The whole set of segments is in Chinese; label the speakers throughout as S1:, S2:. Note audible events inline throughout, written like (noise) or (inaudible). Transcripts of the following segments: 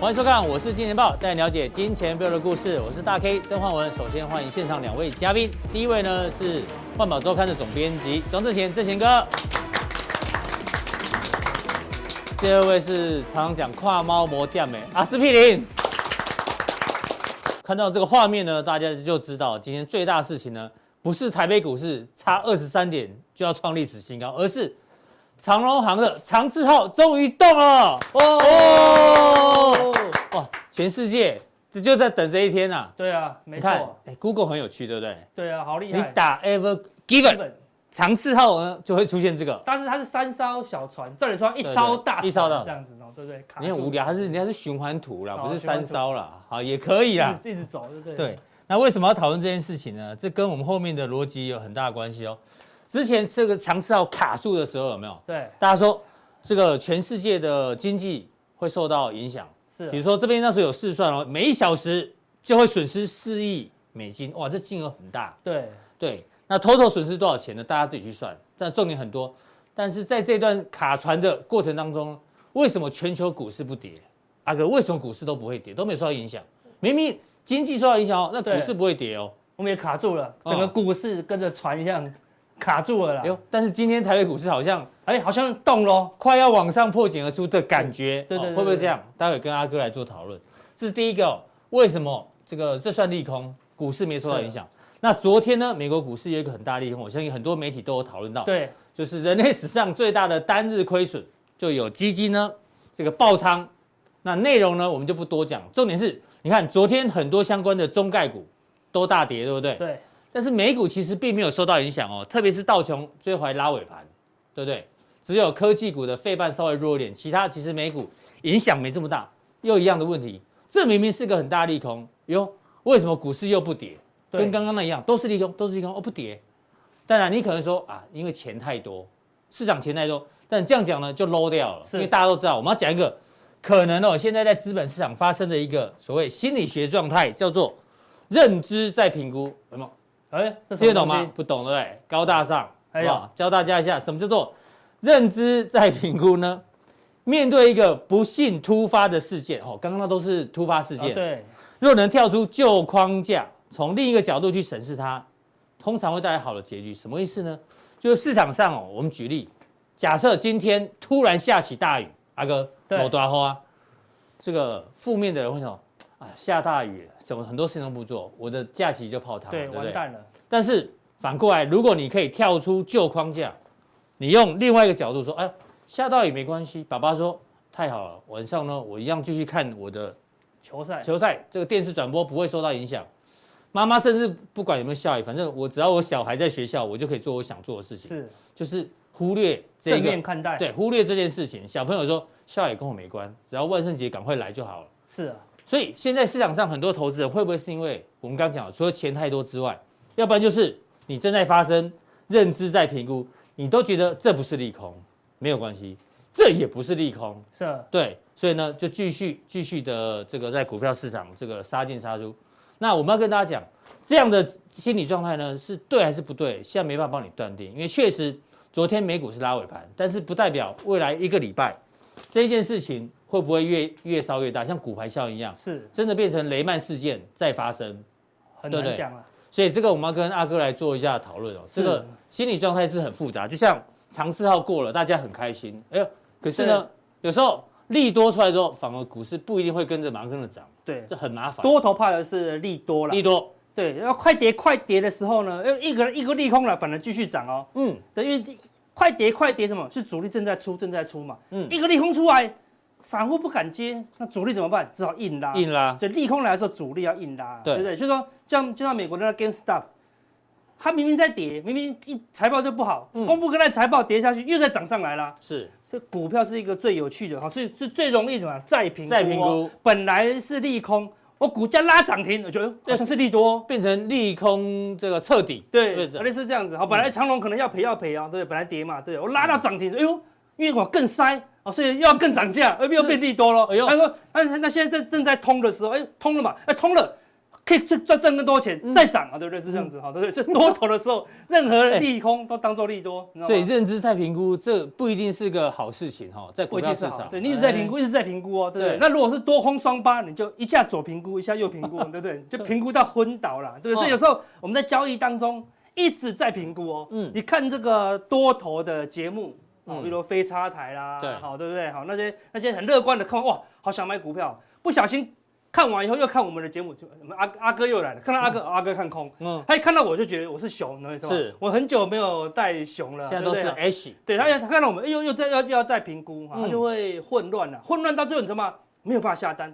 S1: 欢迎收看，我是金钱豹，带你了解金钱豹的故事。我是大 K 曾焕文。首先欢迎现场两位嘉宾，第一位呢是《万宝周刊》的总编辑庄正贤，正贤哥。第二位是常常讲跨猫魔店美阿司匹林。看到这个画面呢，大家就知道今天最大事情呢，不是台北股市差二十三点就要创历史新高，而是长隆行的长治号终于动了。哦，哇，全世界这就在等这一天呐、啊。
S2: 对啊，没
S1: 你看
S2: 错，
S1: 哎，Google 很有趣，对不对？
S2: 对啊，好厉
S1: 你
S2: 害。
S1: 打 Ever
S2: 基
S1: Given
S2: 本，
S1: 长治号呢，就会出现这个。
S2: 但是它是三艘小船，这里说
S1: 对
S2: 一
S1: 对
S2: 艘大船，
S1: 一艘大
S2: 这样子哦，对不对？卡
S1: 你很
S2: 住
S1: 无聊，它是人家是循环图啦，
S2: 哦
S1: 不是
S2: 循环
S1: 三
S2: 图
S1: 烧啦，好也可以啦
S2: 一。直一直走，对不对？
S1: 啊对，那为什么要讨论这件事情呢？这跟我们后面的逻辑有很大的关系哦。之前这个长次号卡住的时候，有没有？
S2: 对，
S1: 大家说这个全世界的经济会受到影响，
S2: 是
S1: 比如
S2: 啊
S1: 说这边那时候有试算哦，每一小时就会损失四亿美金，哇，这金额很大。
S2: 对，
S1: 对，那 total 损失多少钱呢？大家自己去算，但重点很多。但是在这段卡船的过程当中，为什么全球股市不跌？阿哥，为什么股市都不会跌，都没有受到影响？明明经济受到影响哦，那股
S2: 对
S1: 市不会跌哦。
S2: 我们也卡住了，
S1: 哦
S2: 整个股市跟着船一样卡住了
S1: 哎
S2: 啦
S1: 呦。，但是今天台北股市好像
S2: 哎，好像动喽，
S1: 快要往上破茧而出的感觉，
S2: 对对对
S1: 哦
S2: 对
S1: 会不会这样？待会跟阿哥来做讨论。这是第一个哦、为什么这个这算利空？股市没受到影响。那昨天呢，美国股市有一个很大利空，我相信很多媒体都有讨论到。
S2: 对，
S1: 就是人类史上最大的单日亏损，就有基金呢这个爆仓。那内容呢，我们就不多讲。重点是，你看昨天很多相关的中概股都大跌，对不对？
S2: 对，
S1: 但是美股其实并没有受到影响哦，特别是道琼追回拉尾盘，对不对？只有科技股的费半稍微弱一点，其他其实美股影响没这么大。又一样的问题，这明明是个很大利空哟，为什么股市又不跌？
S2: 对
S1: 跟刚刚那一样，都是利空，都是利空，哦不跌。当然，你可能说啊，因为钱太多，市场钱太多，但这样讲呢就 low 掉了，
S2: 是
S1: 因为大家都知道，我们要讲一个可能哦，现在在资本市场发生的一个所谓心理学状态，叫做认知在评估，有没有？
S2: 哎，这
S1: 听得懂
S2: 什么东西
S1: 吗？？不懂对不对？高大上，好
S2: 哎
S1: 不
S2: 呀
S1: 好？教大家一下什么叫做认知在评估呢？面对一个不幸突发的事件，哦，刚刚那都是突发事
S2: 哦
S1: 件，
S2: 对，
S1: 若能跳出旧框架，从另一个角度去审视它，通常会带来好的结局。什么意思呢？就是市场上哦，我们举例，假设今天突然下起大雨，阿哥，
S2: 对
S1: 某大花，这个负面的人会想，啊，下大雨，什么很多事情都不做，我的假期就泡汤了，对
S2: 对，
S1: 不对
S2: 完？蛋了，
S1: 但是反过来，如果你可以跳出旧框架，你用另外一个角度说，哎，下到也没关系。爸爸说太好了，晚上呢我一样继续看我的
S2: 球赛，
S1: 球赛，这个电视转播不会受到影响。妈妈甚至不管有没有下雨，反正我只要我小孩在学校，我就可以做我想做的事情，
S2: 是
S1: 就是忽略这
S2: 正
S1: 个
S2: 面看待，
S1: 对忽略这件事情。小朋友说下雨跟我没关，只要万圣节赶快来就好了。
S2: 是啊，
S1: 所以现在市场上很多投资人会不会是因为我们刚讲的，除了钱太多之外，要不然就是你正在发生，认知在评估，你都觉得这不是利空，没有关系，这也不是利空，
S2: 是啊，
S1: 对，所以呢就继续继续的这个在股票市场这个杀进杀出。那我们要跟大家讲，这样的心理状态呢是对还是不对，现在没办法帮你断定，因为确实昨天美股是拉尾盘，但是不代表未来一个礼拜这件事情会不会越越烧越大，像骨牌效应一样。
S2: 是
S1: 真的变成雷曼事件再发生，
S2: 很
S1: 对对
S2: 难讲啊，
S1: 所以这个我们要跟阿哥来做一下讨论哦。这个心理状态是很复杂，就像长四号过了，大家很开心，哎呦，可是呢，有时候利多出来之后，反而股市不一定会跟着马上跟着涨，
S2: 对，
S1: 这很麻烦。
S2: 多头怕的是利多了
S1: 利，多，
S2: 对，要快跌快跌的时候呢，要一个一个利空了，反而继续涨哦。
S1: 嗯，
S2: 对，因为快跌快跌什么？是主力正在出，正在出嘛。
S1: 嗯
S2: 嗯，一个利空出来，散户不敢接，那主力怎么办？只好硬拉。
S1: 硬拉，
S2: 所以利空来的时候，主力要硬拉，
S1: 对
S2: 对不对？就是说，像就像美国的那 GameStop，它明明在跌，明明一财报就不好，
S1: 嗯
S2: 公布跟那财报跌下去，又再涨上来啦。
S1: 是
S2: 这股票是一个最有趣的哈，是是最容易怎么样再评估哦
S1: 再评估
S2: 本来是利空，我股价拉涨停，我觉得哎好像是利多哦、
S1: 变成利空这个彻底，
S2: 对，哦
S1: 这样
S2: 类似这样子。好，本来长隆可能要赔要赔啊，对，本来跌嘛，对我拉到涨停，哎呦，因为我更塞啊，所以又要更涨价，哎，又变利多了。
S1: 哎呦
S2: 他说，那那现在正正在通的时候，哎，通了嘛，哎，通了，可以赚赚赚更多钱，再涨啊，对不对？是这样子哈，对不对？所以多头的时候，任何利空都当做利多，你知道
S1: 所以
S2: 吗？
S1: 认知赛评估这不一定是个好事情哈，在股
S2: 不一
S1: 票
S2: 定
S1: 市
S2: 是好
S1: 场，，
S2: 对你一直在
S1: 哎
S2: 评估，一直在评估哦，对不
S1: 对
S2: 对？那如果是多空双八，你就一下左评估，一下右评估， (laughs) 对不对？就评估到昏倒了，
S1: 哦
S2: 对不对？所以有时候我们在交易当中一直在评估哦，
S1: 嗯
S2: 你看这个多头的节目。啊，
S1: 嗯
S2: 比如飞叉台啦，
S1: 对
S2: 好，对不对？好，那些那些很乐观的看完，哇，好想买股票，不小心看完以后又看我们的节目，就我们阿阿哥又来了，看到阿哥，哦阿哥看空，
S1: 嗯，
S2: 他一看到我就觉得我是熊，你知道吗？
S1: 是
S2: 我很久没有带熊了，
S1: 哎现在都
S2: 对
S1: 是
S2: 不对啊
S1: H，
S2: 对他要他看到我们又又再要又要再评估，哈
S1: 嗯
S2: 他就会混乱了、混乱到最后你知道吗？没有办法下单，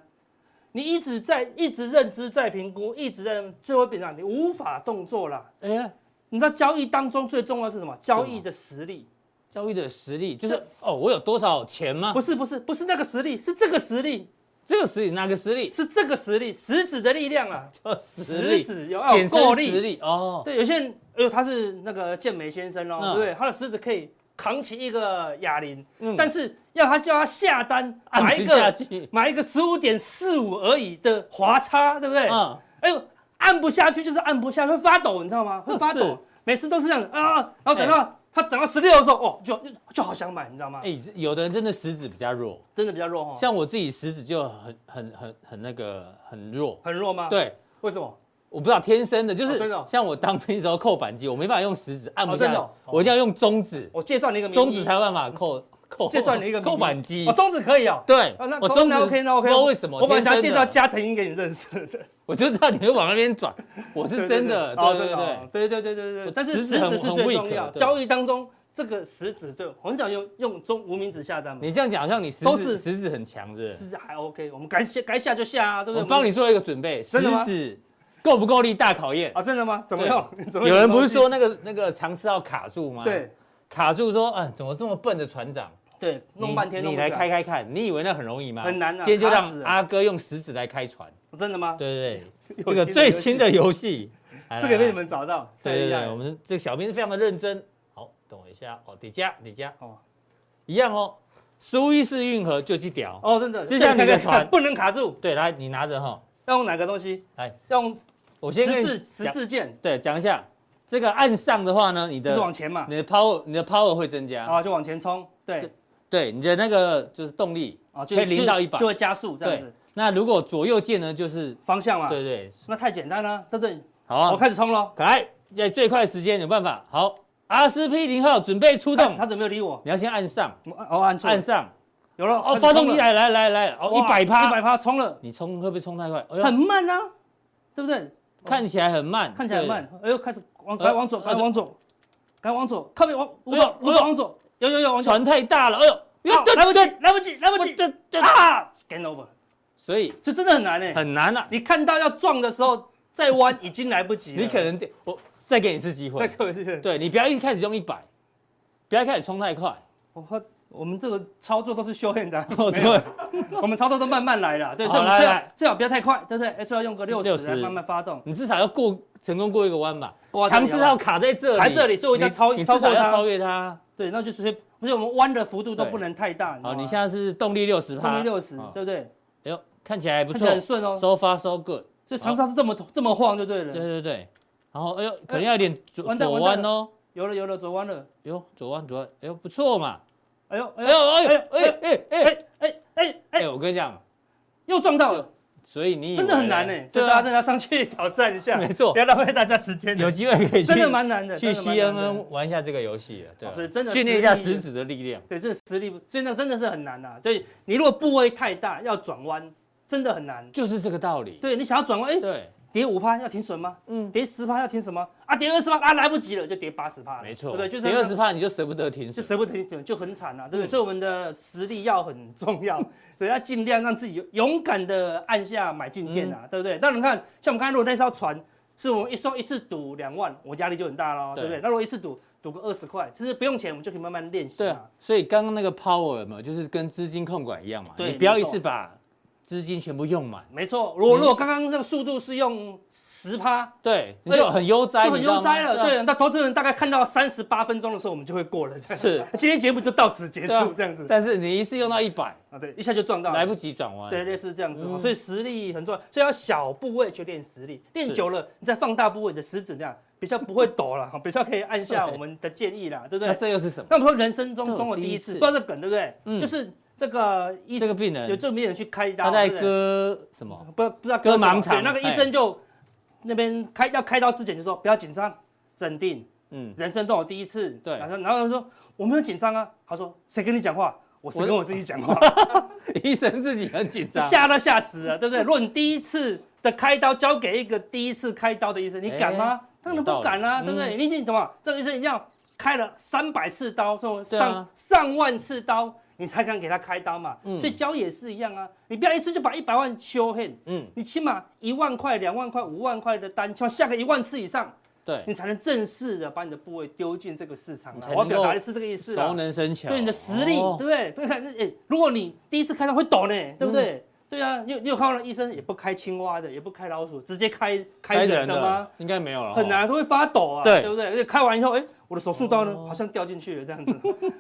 S2: 你一直在一直认知在评估，一直在最后变成你无法动作了。
S1: 哎呀，
S2: 你知道交易当中最重要的是什么？交易的实力，
S1: 交易的实力就是
S2: 这
S1: 哦，我有多少钱吗
S2: 不？是不是不是那个实力，是这个实力，
S1: 这个实力哪个实力？
S2: 是这个实力，食指的力量啊，
S1: 叫 (laughs) 实力，
S2: 食指有要有够力，
S1: 实力哦，
S2: 对，有些人，哎呦，他是那个健美先生哦，
S1: 嗯
S2: 对不对？他的食指可以扛起一个哑铃，
S1: 嗯
S2: 但是要他叫他下单
S1: 按
S2: 买
S1: 不
S2: 一
S1: 下
S2: 个
S1: 去，
S2: 买一个十五点四五而已的滑叉，对不对？
S1: 嗯，
S2: 哎呦，按不下去就是按不下去，会发抖，你知道吗？会发
S1: 嗯是哎
S2: 抖，每次都是这样子啊，然后等到它涨到十六的时候，哦，就就就好想买，你知道吗？
S1: 哎，有的人真的食指比较弱，
S2: 真的比较弱哦，
S1: 像我自己食指就很很很很那个很弱，
S2: 很弱吗？，
S1: 对。
S2: 为什么？
S1: 我不知道天生的，就
S2: 哦真
S1: 是
S2: 的哦
S1: 像我当兵的时候扣扳机，我没办法用食指按不
S2: 哦
S1: 下
S2: 真的
S1: 来
S2: 哦，哦
S1: 我一定要用中指，
S2: 我介绍你一个名医
S1: 中指才有办法扣扣。
S2: 介绍你一个名医
S1: 扣扳机
S2: 哦，，中指可以哦。
S1: 对
S2: 啊，那
S1: 我中指
S2: 那 OK，那 OK。
S1: 不知道为什么，
S2: 我本来想要
S1: 天
S2: 介
S1: 生的
S2: 绍加藤鹰给你认识的，
S1: 我就知道你会往那边转，我是真的，
S2: 哦
S1: 对对
S2: 真的
S1: 对
S2: 哦， (laughs) 对对对对对
S1: 我
S2: 对。但是
S1: 食
S2: 食
S1: 指很
S2: 指是
S1: 很
S2: 最
S1: weak，
S2: 重要，
S1: 对
S2: 交易当中这个食指最很少用用中无名指下单嘛，
S1: 你这样讲，好像你食
S2: 都
S1: 指
S2: 是
S1: 食指很强，是不是？
S2: 食指还 OK，我们该下该下就下啊，对不对？
S1: 我帮你做一个准备，食
S2: 真的吗
S1: 指够不够力大考验。
S2: 啊，真的吗？怎么用？ (laughs) 怎么
S1: 有
S2: 用
S1: 人不是说那个那个常吃到卡住吗？，
S2: 对
S1: 卡住说，嗯，怎么这么笨的船长？
S2: 对，弄半天
S1: 你
S2: 弄
S1: 你
S2: 不
S1: 来
S2: 出
S1: 开，开看，你以为那很容易吗？
S2: 很难啊
S1: 今天就
S2: 卡
S1: 让
S2: 死了
S1: 阿哥用食指来开船，
S2: 真的吗？
S1: 对不对？
S2: (laughs) 有
S1: 这个
S2: 新
S1: 最新的
S2: 的游戏
S1: 游戏，
S2: (laughs)
S1: 哎
S2: 这个被你
S1: 们。
S2: 们找到，太
S1: 对对
S2: 厉害
S1: 对，
S2: 了
S1: 我们这个小编是非常的认真。好，等我一下哦，底加底加
S2: 哦
S1: 一样哦，苏伊士运河就去屌。
S2: 哦，真的，
S1: 是像你的
S2: 这个
S1: 船
S2: 不能卡住，
S1: 对，来你拿着哈，
S2: 要用哪个东西？
S1: 来，
S2: 要用
S1: 我先跟
S2: 十
S1: 你
S2: 字十
S1: 讲，
S2: 字键，
S1: 对，讲一下这个按上的话呢，你
S2: 就是
S1: 的
S2: 往前嘛，
S1: 你的 power 你的 power 会增加，
S2: 啊，就往前冲，对。
S1: 对，你的那个就是动力
S2: 啊，
S1: 可以零到一百
S2: 就，会加速这样
S1: 对
S2: 子。
S1: 那如果左右键呢，就是
S2: 方向嘛。
S1: 对对，
S2: 那太简单了，对不对？
S1: 好
S2: 我
S1: 啊，
S2: 开始冲喽。
S1: 来，在最快时间有办法。好，R 四 P 零号准备出
S2: 不
S1: 动，
S2: 哎他怎么没有理我？
S1: 你要先按上，
S2: 我按哦按错，
S1: 按上
S2: 有了。
S1: 哦，发动机来来来来，哦，一百趴
S2: 一，百趴冲了，
S1: 你冲会不会冲太快？哎呦
S2: 很慢啊，对不对？
S1: 看起来很慢，
S2: 看起来很
S1: 对
S2: 慢。哎呦，开始往
S1: 呃
S2: 赶快往左，
S1: 呃
S2: 赶快往左，赶快往左，靠边往五
S1: 哎呦
S2: 百五
S1: 哎呦
S2: 百往左，有有有往左。
S1: 船太大了，哎呦，
S2: 好来不及，来不及，来不
S1: 我
S2: 及
S1: 这这
S2: 啊！Game over，
S1: 所以
S2: 这真的很难哎。
S1: 很难啊，
S2: 你看到要撞的时候再弯已经来不及了。
S1: 你可能得我再给你一次机会，
S2: 哎再给我一次。
S1: 对你不要一开始用一百，不要一开始冲太快，
S2: 我和我们这个操作都是修炼的，
S1: 哦
S2: 没有 (laughs) 我们操作都慢慢来啦，对，
S1: 好
S2: 所以我们
S1: 来
S2: 最好
S1: 来
S2: 最好不要太快，对不对？哎，最好用个六十来
S1: 60
S2: 慢慢发动，
S1: 你至少要过成功过一个弯吧
S2: 过，啊弯
S1: 长
S2: 就
S1: 至
S2: 行了
S1: 少卡在这里，
S2: 卡在这里所以我一定要
S1: 你
S2: 超
S1: 你
S2: 超
S1: 至
S2: 过
S1: 少要
S2: 它
S1: 超越它。
S2: 对，那就直接不是我们弯的幅度都
S1: 对
S2: 不能太大。
S1: 好，你现
S2: 像
S1: 在是动力六十
S2: 啊动
S1: 趴，
S2: 力六十，
S1: 哦
S2: 对不对？
S1: 哎呦，看起来还不
S2: 看
S1: 错
S2: 起来很顺哦，
S1: ，so far so good，
S2: 所以常常是这么这么晃就对
S1: 对
S2: 了。
S1: 对对，然后哎呦，可能要有点左
S2: 完蛋
S1: 左
S2: 完
S1: 弯
S2: 蛋
S1: 哦，
S2: 有了有了，左弯了，
S1: 哎呦，左弯左弯，哎呦，不错嘛，
S2: 哎呦哎
S1: 哎呦
S2: 呦
S1: 哎呦哎呦
S2: 哎呦
S1: 哎哎哎
S2: 哎哎哎哎，
S1: 哎，我跟你讲。
S2: 又撞到了，
S1: 所以你以为
S2: 真的很难哎，所
S1: 对
S2: 以大家
S1: 啊，
S2: 真的要上去挑战一下，
S1: (laughs) 没错
S2: 不要浪费大家时间，
S1: 有机会可以去
S2: 真的蛮难的，
S1: 去
S2: 真的蛮难的
S1: CNN 玩一下这个游戏了，对啊
S2: 哦所以真的
S1: 训练一下
S2: 实力
S1: 食指的力量。
S2: 对，这实力不，所以那真的是很难呐、对你如果部位太大，要转弯真的很难。
S1: 就是这个道理，
S2: 对你想要转弯，哎，
S1: 对，
S2: 跌五趴要停损吗？
S1: 嗯，
S2: 跌十趴要停什么？啊，跌二十趴啊，来不及了，就跌八十趴了，
S1: 没错，
S2: 对不对？就是
S1: 跌二十帕你就舍不得停
S2: 就
S1: 损，
S2: 舍不得停损，就很惨啊，对不对？
S1: 嗯
S2: 所以我们的实力要很重要，对，要尽量让自己勇敢的按下买进键
S1: 嗯
S2: 啊，对不对？那你看，像我们刚才如果那艘船是我们一艘一次赌两万，我压力就很大喽，
S1: 对
S2: 对不对？那如果一次赌赌个二十块，其实不用钱，我们就可以慢慢练习
S1: 对啊
S2: 嘛
S1: 啊。，所以刚刚那个 power 有没有，就是跟资金控管一样嘛，
S2: 对
S1: 你不要一
S2: 没错
S1: 次把资金全部用满，
S2: 没错，如果
S1: 嗯
S2: 如果刚刚这个速度是用十趴，
S1: 对，你就很悠哉，
S2: 哎就很
S1: 你知道
S2: 悠
S1: 吗
S2: 哉了。
S1: 啊
S2: 对，那投资人大概看到三十八分钟的时候，我们就会过了。这样
S1: (laughs) 是，
S2: 今天节目就到此结
S1: 对啊
S2: 束，这样子
S1: 但是你一次用到一百，
S2: 啊，对，一下就撞到了
S1: 来不及转弯。
S2: 对，类似这样子、哦，
S1: 嗯
S2: 所以实力很重要，所以要小部位去练实力，练
S1: 是
S2: 久了，你再放大部位，你的食指那样比较不会抖了， (laughs) 比较可以按下
S1: 对
S2: 我们的建议啦，对不
S1: 那
S2: 对？
S1: 这又是什么？
S2: 那我们说人生中
S1: 这我
S2: 总有
S1: 第
S2: 第
S1: 一
S2: 一
S1: 次
S2: 次，不知道这梗对不对？
S1: 嗯
S2: 就是这个医
S1: 这个
S2: 生
S1: 病
S2: 有
S1: 人
S2: 这名人去开刀，
S1: 他在
S2: 对不对
S1: 割什么？
S2: 不不知道
S1: 割
S2: 割什么
S1: 盲肠哎
S2: 对那个医生就那边开要开刀之前就说不要紧张，镇定，
S1: 嗯， (laughs)
S2: 人生都有第一次。
S1: 对
S2: 然后然后他说我没有紧张啊，他说谁跟你讲话？我是
S1: 我 (laughs)
S2: 跟我自己讲话。
S1: 医生自己很紧张。
S2: 吓都吓死了，
S1: (laughs)
S2: 对不对？如果你第一次的开刀交给一个第一次开刀的医生，你敢吗？当然不敢啦、
S1: 有道理嗯
S2: 对不对？你已经懂吗？这个医生一定要开了三百次刀，这种
S1: 对
S2: 上、
S1: 啊
S2: 上万次刀，你才敢给他开刀嘛。
S1: 嗯
S2: 所以教也是一样啊，你不要一次就把一百万修恨，
S1: 嗯，
S2: 你起码一万块、两万块、五万块的单，起码下个一万次以上，
S1: 对，
S2: 你才能正式的把你的部位丢进这个市场
S1: 你
S2: 啊
S1: 才。能
S2: 我要表
S1: 够
S2: 达的是这个意思啊
S1: 熟。能生巧。
S2: 对你的实力，
S1: 哦
S2: 对不对？不然，哎，如果你第一次开刀会抖呢，对
S1: 嗯
S2: 不对？对啊，你有你有看到医生也不开青蛙的，也不开老鼠，直接开开人的吗？？
S1: 应该没有了，哦
S2: 很。难，都会发抖啊，
S1: 对
S2: 对不对？而且开完以后，哎，我的手术刀呢，
S1: 哦
S2: 好像掉进去了这样子，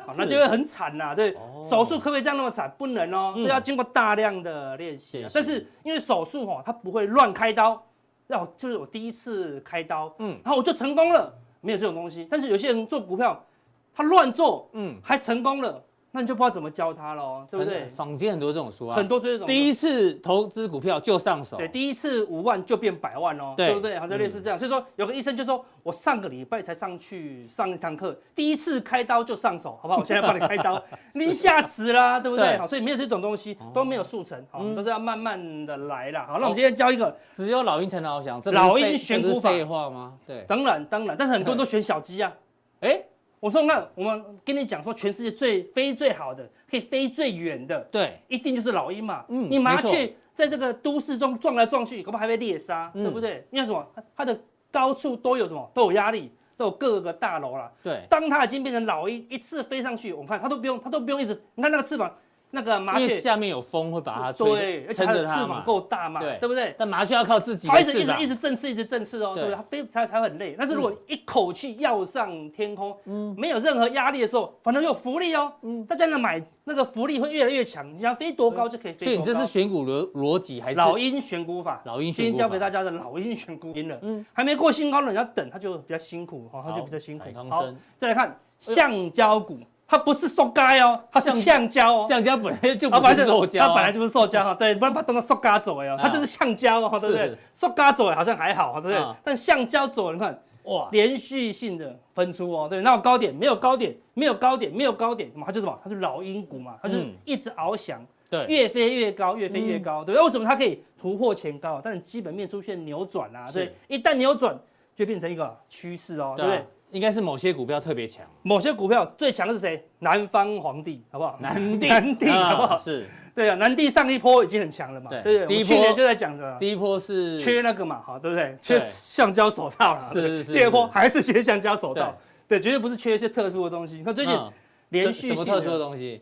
S2: 好，那就会很惨呐，对。手术可不可以这样那么惨？不能哦，所以要经过大量的练习
S1: 练
S2: 啊
S1: 习。
S2: 但是因为手术哦，它不会乱开刀，让我就是我第一次开刀，
S1: 嗯
S2: 嗯，然后我就成功了，没有这种东西。但是有些人做股票，他乱做，
S1: 嗯，
S2: 还成功了，那你就不知道怎么教他喽，对不
S1: 很
S2: 对？
S1: 坊间很多这种书啊，
S2: 很多就是这种
S1: 第一次投资股票就上手，
S2: 对，第一次五万就变百万哦，
S1: 哦对嗯
S2: 对不对？好像类似这样，所以说有个医生就说，我上个礼拜才上去上一堂课，第一次开刀就上手，
S1: (laughs)
S2: 好不好？我现在帮你开刀，你吓死啦，对不
S1: 对哦嗯
S2: 对？好，所以没有这种东西都没有速成，好，我们都是要慢慢的来啦。好，那我们今天教一个，
S1: 只有老鹰才能翱翔，这不是
S2: 老
S1: 废
S2: 鹰选
S1: 这不是
S2: 股法
S1: 废话吗？对，
S2: 当然当然，但是很多人都选小鸡啊。
S1: 哎，
S2: 我说那我们跟你讲说，全世界最飞最好的，可以飞最远的，
S1: 对，
S2: 一定就是老鹰嘛。
S1: 嗯
S2: 你麻
S1: 没
S2: 雀在这个都市中撞来撞去，恐怕还被猎杀，
S1: 嗯
S2: 对不对？因为什么？它它的高处都有什么？都有压力，都有各个大楼啦。
S1: 对，
S2: 当它已经变成老鹰，一次飞上去，我们看它都不用，它都不用一直，你看那个翅膀，那个麻
S1: 因
S2: 雀
S1: 为，下面有风会把它
S2: 对
S1: 吹，
S2: 而且
S1: 撑
S2: 它
S1: 着
S2: 的
S1: 它
S2: 翅
S1: 嘛
S2: 膀。够大嘛，
S1: 对
S2: 对不对？
S1: 但麻雀要靠自己
S2: 它
S1: 的啊
S2: 一直一
S1: 翅
S2: 直
S1: 膀
S2: 一，直振翅，一直振翅哦，
S1: 对嗯
S2: 对不对？它飞才才很累。但是如果一口气要上天空，没有任何压力的时候，反正有浮力哦，
S1: 嗯
S2: 大家呢买那个浮力会越来越强，你想飞多高就可以
S1: 所以你
S2: 飞多
S1: 这是
S2: 高。
S1: 选股逻逻辑还是
S2: 老鹰选股法，
S1: 老鹰选
S2: 今天
S1: 股
S2: 教
S1: 法？
S2: 给大家的老鹰选股赢了，
S1: 嗯
S2: 还没过新高呢，你要等，它就比较辛苦，哦，它就
S1: 好
S2: 比较辛苦
S1: 海。康
S2: 好
S1: 生，
S2: 再来看橡胶股，它不是塑胶哦，它是
S1: 橡
S2: 橡胶哦，
S1: 橡胶本来就
S2: 它
S1: 不是塑胶啊，啊
S2: 它本来就是塑胶哈，哦对，不然把它当成塑胶走哎哦，它就是橡胶哦，对不
S1: 是
S2: 对？塑胶走哎好像还好，对不对
S1: 啊？
S2: 但橡胶走，你看
S1: 哇，
S2: 连续性的喷出哦，对，那有高点没有高点，没有高点，没有高点，嘛，它就是什么？它是老鹰股嘛，它就是
S1: 嗯
S2: 一直翱翔，
S1: 对，嗯
S2: 越飞越高，越飞越高，对不对？为什么它可以突破前高？啊但是基本面出现扭转啦，
S1: 是
S2: 对，一旦扭转就变成一个趋势哦，对不
S1: 啊
S2: 对？？
S1: 应该是某些股票特别强，
S2: (laughs) 某些股票最强的是谁？南方皇帝，好不好？
S1: 南地
S2: 南帝，好不
S1: 啊
S2: 好？
S1: 是
S2: 对啊，南地上一波已经很强了嘛，
S1: 对
S2: 对不对？
S1: 第一
S2: 我去
S1: 波
S2: 年就在讲的，
S1: 第一波是
S2: 缺那个嘛，哈，对不对？缺
S1: 对
S2: 橡胶手套啦，
S1: 是
S2: 对不对
S1: 是是
S2: 第二波
S1: 是
S2: 还是缺橡胶手套，对，绝对不是缺一些特殊的东西。你看最近
S1: 嗯
S2: 连
S1: 什
S2: 续
S1: 么
S2: 性
S1: 特殊的
S2: 的
S1: 东西？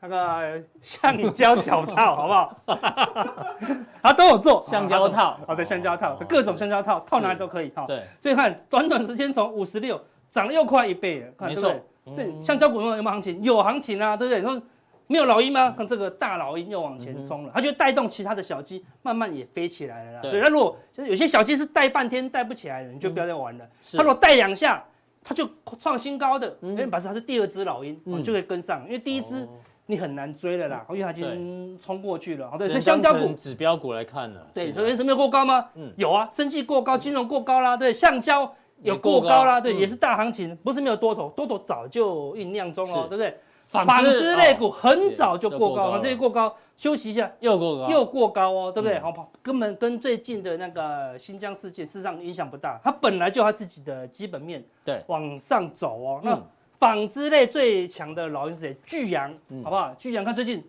S2: 那个橡胶脚
S1: (laughs)
S2: 套，好不好？ (laughs) 它都有做
S1: 橡胶，套，
S2: (laughs) 好的橡胶套
S1: 哦，
S2: 各种橡胶套，套哪里都可以哈。
S1: 对，
S2: 所以看短短时间从五十六涨了又快一倍了，看
S1: 没
S2: 对不
S1: 错嗯
S2: 对？这橡胶股有没有行情？有行情啊，对不对？你说没有老
S1: 嗯
S2: 鹰吗？看这个大老鹰又往前冲了，它就带动其他的小鸡慢慢也飞起来了啦。
S1: 对嗯
S2: 对，那如果就是有些小鸡是带半天带不起来的，你就不要再玩了。
S1: 是
S2: 它如果带两下，它就创新高的，因为表示它是第二只老鹰，
S1: 嗯
S2: 你就可以跟上，因为第一只
S1: 哦
S2: 你很难追了啦，因为它已经冲过去了。好，哦对，
S1: 只
S2: 所
S1: 能
S2: 以橡胶
S1: 当
S2: 股
S1: 成指标股来看了。
S2: 对，
S1: 所
S2: 所
S1: 以
S2: 以没有过高吗？
S1: 嗯
S2: 有啊，生技过高，金融过高啦，对，橡胶有过高啦，
S1: 也过高
S2: 对，
S1: 嗯
S2: 也是大行情，不是没有多头，多头早就酝酿中了
S1: 是，
S2: 对不对？
S1: 纺
S2: 纺
S1: 织
S2: 织类股很
S1: 也
S2: 早就
S1: 就
S2: 过
S1: 过
S2: 高，
S1: 高
S2: 纺织类
S1: 了
S2: 过高，休息一下
S1: 又过高，
S2: 又过高哦，对不对？
S1: 嗯
S2: 好不好？根本跟最近的那个新疆事件事实上影响不大，它本来就有它自己的基本面
S1: 对
S2: 往上走哦。那
S1: 嗯
S2: 纺织类最强的老鹰是谁？巨阳，好不好？巨阳看最近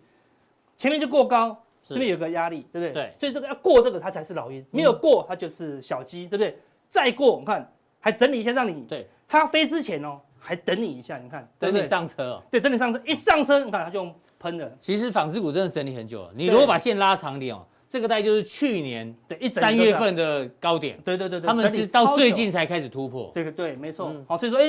S2: 前面就过高，
S1: 嗯是
S2: 这边有个压力，对不对？
S1: 对嗯
S2: 所以这个要过这个它才是老鹰，没有过它就是小鸡，对不对？再过我们看还整理一下让你，
S1: 对，
S2: 它飞之前哦还等你一下，你看
S1: 等
S2: 对
S1: 你
S2: 不对
S1: 上车哦。
S2: 对，等你上车，一上车，你看它就用喷了，
S1: 其实纺织股真的整理很久了，你如果
S2: 对
S1: 把线拉长一点哦，这个带就是去年
S2: 对，一整
S1: 三
S2: 个
S1: 月
S2: 的，
S1: 份的高点，
S2: 对对对对，
S1: 他们
S2: 整理
S1: 是到
S2: 超
S1: 最
S2: 久，
S1: 近才开始突破。
S2: 对对对，没错
S1: 嗯，
S2: 好，所以说，哎，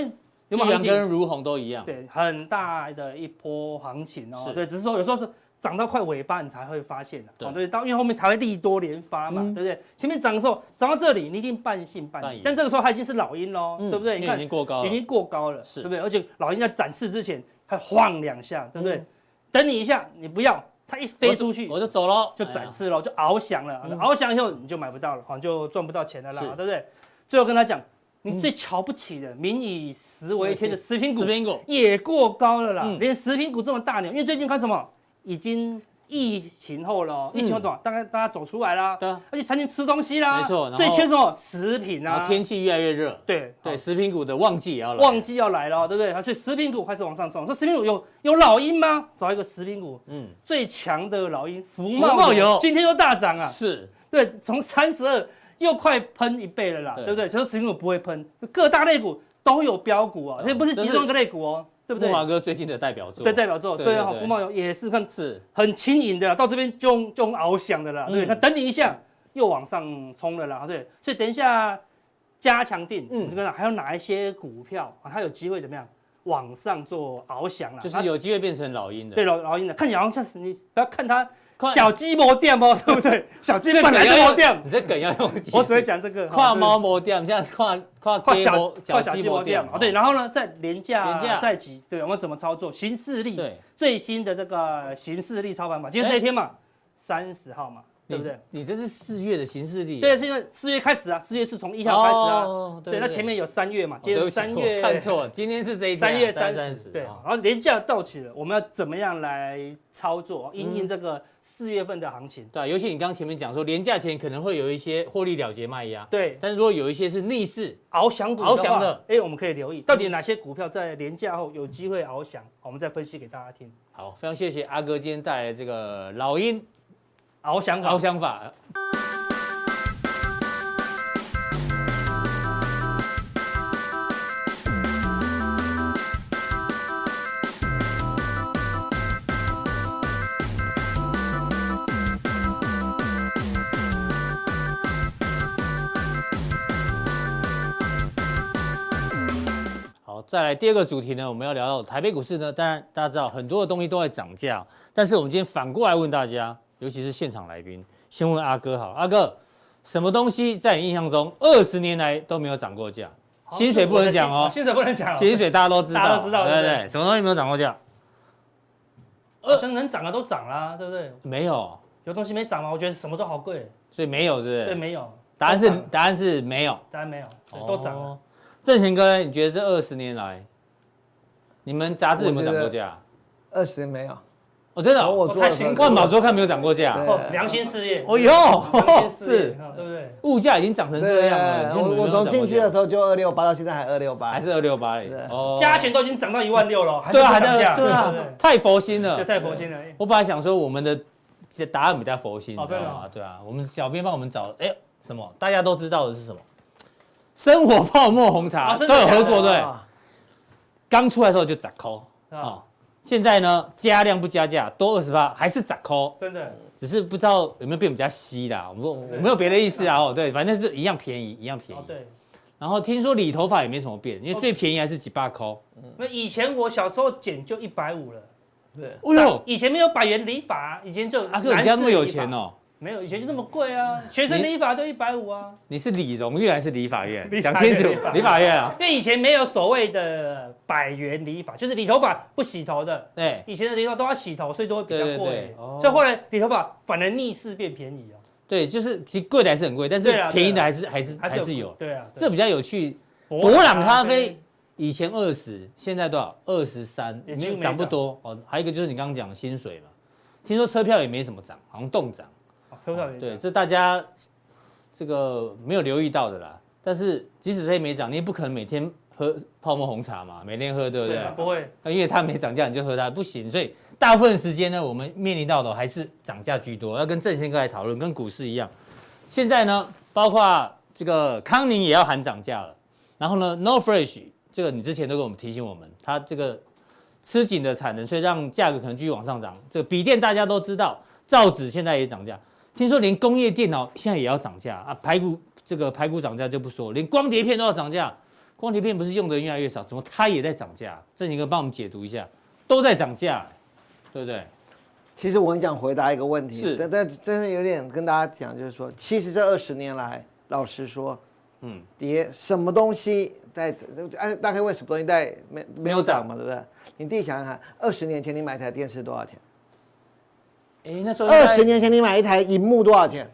S2: 有
S1: 巨
S2: 没有行
S1: 阳
S2: 情
S1: 跟如虹都一样，
S2: 对，很大的一波行情哦
S1: 是。
S2: 对，只是说有时候是涨到快尾巴你才会发现的、
S1: 对
S2: 哦，对，到因为后面才会利多连发嘛，
S1: 嗯
S2: 对不对？前面涨的时候涨到这里，你一定半信半
S1: 半
S2: 疑
S1: 疑，
S2: 但这个时候它已经是老鹰喽，对不对？
S1: 因嗯为
S2: 你
S1: 已
S2: 看
S1: 经过高
S2: 已
S1: 了，
S2: 经过高了，
S1: 是
S2: 对不对？而且老鹰在展示之前还晃两下，对不对？
S1: 嗯
S2: 等你一下，你不要，它一飞出去。
S1: 我就走喽，
S2: 就
S1: 哎
S2: 展
S1: 呀
S2: 翅了，就翱翔了，
S1: 嗯
S2: 翱翔以后你就买不到了，好像就赚不到钱了啦，
S1: 是
S2: 对不对？最后跟他讲，你
S1: 嗯
S2: 最瞧不起的“民以食为天”的食品股
S1: 哎食，品股
S2: 也过高了啦，
S1: 嗯
S2: 连食品股这么大牛，因为最近看什么，已经疫情后了哦，
S1: 嗯
S2: 疫情后多少，大概大家走出来啦，
S1: 对啊，
S2: 而且餐厅吃东西啦，
S1: 没错然后
S2: 最缺什么食品
S1: 然
S2: 啊，
S1: 后天气越来越热，
S2: 对
S1: 对，。食品股的旺季也要
S2: 好
S1: 来，
S2: 旺季要来了哦，对不对？所以食品股开始往上冲。说食品股有有老鹰吗？找一个食品股
S1: 嗯，
S2: 最强的老鹰，福
S1: 福茂
S2: 茂
S1: 油
S2: 油，今天又大涨啊！
S1: 是
S2: 对，从三十二又快喷一倍了啦，
S1: 对
S2: 对不对？所以食品股不会喷，各大类股都有标股啊，
S1: 嗯
S2: 所以不是集中一个类股哦，对不对
S1: 木？华哥最近的代表作，
S2: 对，代表作，
S1: 对
S2: 对啊，
S1: 对
S2: 好
S1: 对
S2: 福茂油也是看
S1: 是
S2: 很轻盈的啦，到这边就用就用翱翔的啦，对不对，
S1: 嗯
S2: 那等你一下又往上冲了啦，对，所以等一下加强定，
S1: 嗯
S2: 嗯，这个还有哪一些股票啊，它有机会怎么样往上做翱翔啦？
S1: 就是
S2: 啊
S1: 有机会变成老鹰的，
S2: 对老老鹰的，看起来好像是你不要看它
S1: 快，
S2: 小鸡毛店哦，对不对？小鸡
S1: 这
S2: 本来
S1: 梗
S2: 就
S1: 要
S2: 毛
S1: 用
S2: 店，
S1: 你这梗要用几次，
S2: 我只会讲这个
S1: 跨。
S2: 哦
S1: 猫摩店，现在是跨跨
S2: 跨
S1: 街
S2: 小
S1: 摩
S2: 跨小鸡毛店
S1: 嘛
S2: 啊，对，然后呢，再廉价
S1: 哦廉价
S2: 再级，对，我们怎么操作？行事力，
S1: 对，
S2: 最新的这个行事历操盘法，今天这一天嘛，三十号嘛，对不
S1: 哎你你
S2: 对？
S1: 这是四月的行事历，啊
S2: 对，是因为四月开始啊，四月是从一号开始啊，
S1: 哦
S2: 对，那前面有三月嘛，
S1: 对
S2: 接
S1: 不
S2: 着
S1: 起
S2: 三
S1: 我
S2: 月
S1: 看错了，今天是这一天啊
S2: 三月三十，
S1: 30
S2: 对，
S1: 哦
S2: 然后廉价到期了，我们要怎么样来操
S1: 嗯
S2: 作，因应这个四月份的行情？
S1: 对啊，尤其你刚刚前面讲说，廉价前可能会有一些获利了结卖压，
S2: 对，
S1: 但是如果有一些是逆势，
S2: 翱翔股
S1: 翱翔的
S2: 的话，哎，我们可以留意到底哪些股票在廉价后有机会翱翔，我们再分析给大家听。
S1: 好，非常谢谢阿哥今天带来这个老鹰
S2: 翱翔法
S1: 翱翔法。好，再来第二个主题呢，我们要聊到台北股市呢。当然，大家知道很多的东西都在涨价，但是我们今天反过来问大家，尤其是现场来宾，先问阿哥好，阿哥，什么东西在你印象中二十年来都没有涨过价？
S2: 好
S1: 薪水不能讲哦，
S2: 薪水不能讲哦，
S1: 薪水大家都知道，
S2: 大家都知道
S1: 对不
S2: 对不
S1: 对？什么东西没有涨过价？
S2: 好像能涨的都涨啦，对不对？
S1: 没有，
S2: 有东西没涨吗？我觉得什么都好贵，
S1: 所以没有，对不
S2: 对，
S1: 对？
S2: 没有。
S1: 答案是
S2: 都涨了
S1: 答案是没有，
S2: 答案没有，对都涨了。
S1: 哦。正贤哥，你觉得这二十年来，你们杂志有没有涨过价？
S3: 二十没有，
S1: 哦，真的哦，
S3: 我
S2: 哦
S3: 做
S2: 太
S3: 了
S2: 辛苦
S1: 万宝周刊没有涨过价。
S3: 对
S2: 哦，良心事业，
S1: 哦哟
S2: 良心事
S1: 是
S2: 业，哦对不对？
S1: 物价已经涨成这样了，
S3: 对
S1: 你们
S3: 我
S1: 没
S3: 我
S1: 有涨
S3: 从
S1: 过
S3: 进去的
S1: 价
S3: 时候就二六八，到现在还二六八，
S1: 还是二六八嘞
S3: 对，
S1: 哦
S2: 加权都已经涨到一万六了，还
S1: 对啊，
S2: 不
S1: 还
S2: 涨
S1: 在
S2: 价
S1: 对啊嗯
S2: 不对，
S1: 太佛心了
S2: 这。太佛心了。哎
S1: 我本来想说我们的这答案比较佛心，
S2: 哦
S1: 你知道
S2: 真的
S1: 吗
S2: 哦？
S1: 对啊，我们小编帮我们找，哎，什么大家都知道的是什么？生活泡沫红茶
S2: 哦
S1: 都
S2: 真的
S1: 有喝
S2: 假的
S1: 过，对，
S3: 啊
S1: 刚出来的时候就砸抠
S2: 啊
S1: 啊。现在呢，加量不加价，多二十八，还是砸抠，
S2: 真的，
S1: 只是不知道有没有变比较稀啦。我们我我没有别的意思啊，哦，对，反正就一样便宜，一样便宜
S2: 哦。对，
S1: 然后听说理头发也没什么变，因为最便宜还是几把抠。
S2: 那以前我小时候剪就一百五了，
S3: 对，
S1: 哎呦，啊
S2: 以前没有百元理发，以前就
S1: 阿哥，你家那么有钱
S2: 哦？
S1: 哦？嗯
S2: 没有，以前就那么贵啊，学生
S1: 你
S2: 理发都一百五啊，
S1: 你是理容院还是理法院？
S2: 理法
S1: 讲
S2: 院
S1: 清楚
S2: 理法，院
S1: 理法院啊。
S2: 因为以前没有所谓的百元理发，就是理头发不洗头的，
S1: 对，
S2: 以前的理头都要洗头，所以都会比较
S1: 对对对
S2: 贵，
S1: 哦
S2: 所以后来理头发反而逆势变便宜啊，
S1: 对，就是其实贵的还是很贵，但是
S2: 对啊对啊
S1: 便宜的还是还是还是有。
S2: 对啊，对
S1: 这比较有趣。
S2: 博
S1: 博朗咖啡以前二十，现在多少？二十三，
S2: 也
S1: 没
S2: 几乎
S1: 有
S2: 没
S1: 涨不
S2: 涨
S1: 多哦。还有一个就是你刚刚讲的薪水嘛，听说车票也没什么涨，好像动涨。
S2: 哦车票也
S1: 对，
S2: 涨，
S1: 这大家这个没有留意到的啦。但是即使这些没涨，你也不可能每天喝泡沫红茶嘛，每天喝，哦对不对
S2: 啊？不会，
S1: 那因为它没涨价，你就喝它不行。所以大部分时间呢，我们面临到的还是涨价居多。要跟郑先哥来讨论，跟股市一样。现在呢，包括这个康宁也要喊涨价了，然后呢，No Fresh 这个你之前都跟我们提醒我们，它这个吃紧的产能，所以让价格可能继续往上涨。这个笔电大家都知道，造纸现在也涨价，听说连工业电脑现在也要涨价啊。排骨这个排骨涨价就不说，连光碟片都要涨价。光碟片不是用的越来越少，怎么它也在涨价？郑景哥帮我们解读一下，都在涨价，对不对？
S3: 其实我很想回答一个问题，
S1: 是
S3: 但但真的有点跟大家讲，就是说，其实这二十年来，老实说，
S1: 嗯
S3: 嗯，跌什么东西在，哎，大家可以问什么东西在没没有涨嘛，对不对？你自己想想看，二十年前你买台电视多少钱？
S1: 哎，那时候应该
S3: 二十年前你买一台荧幕多少钱？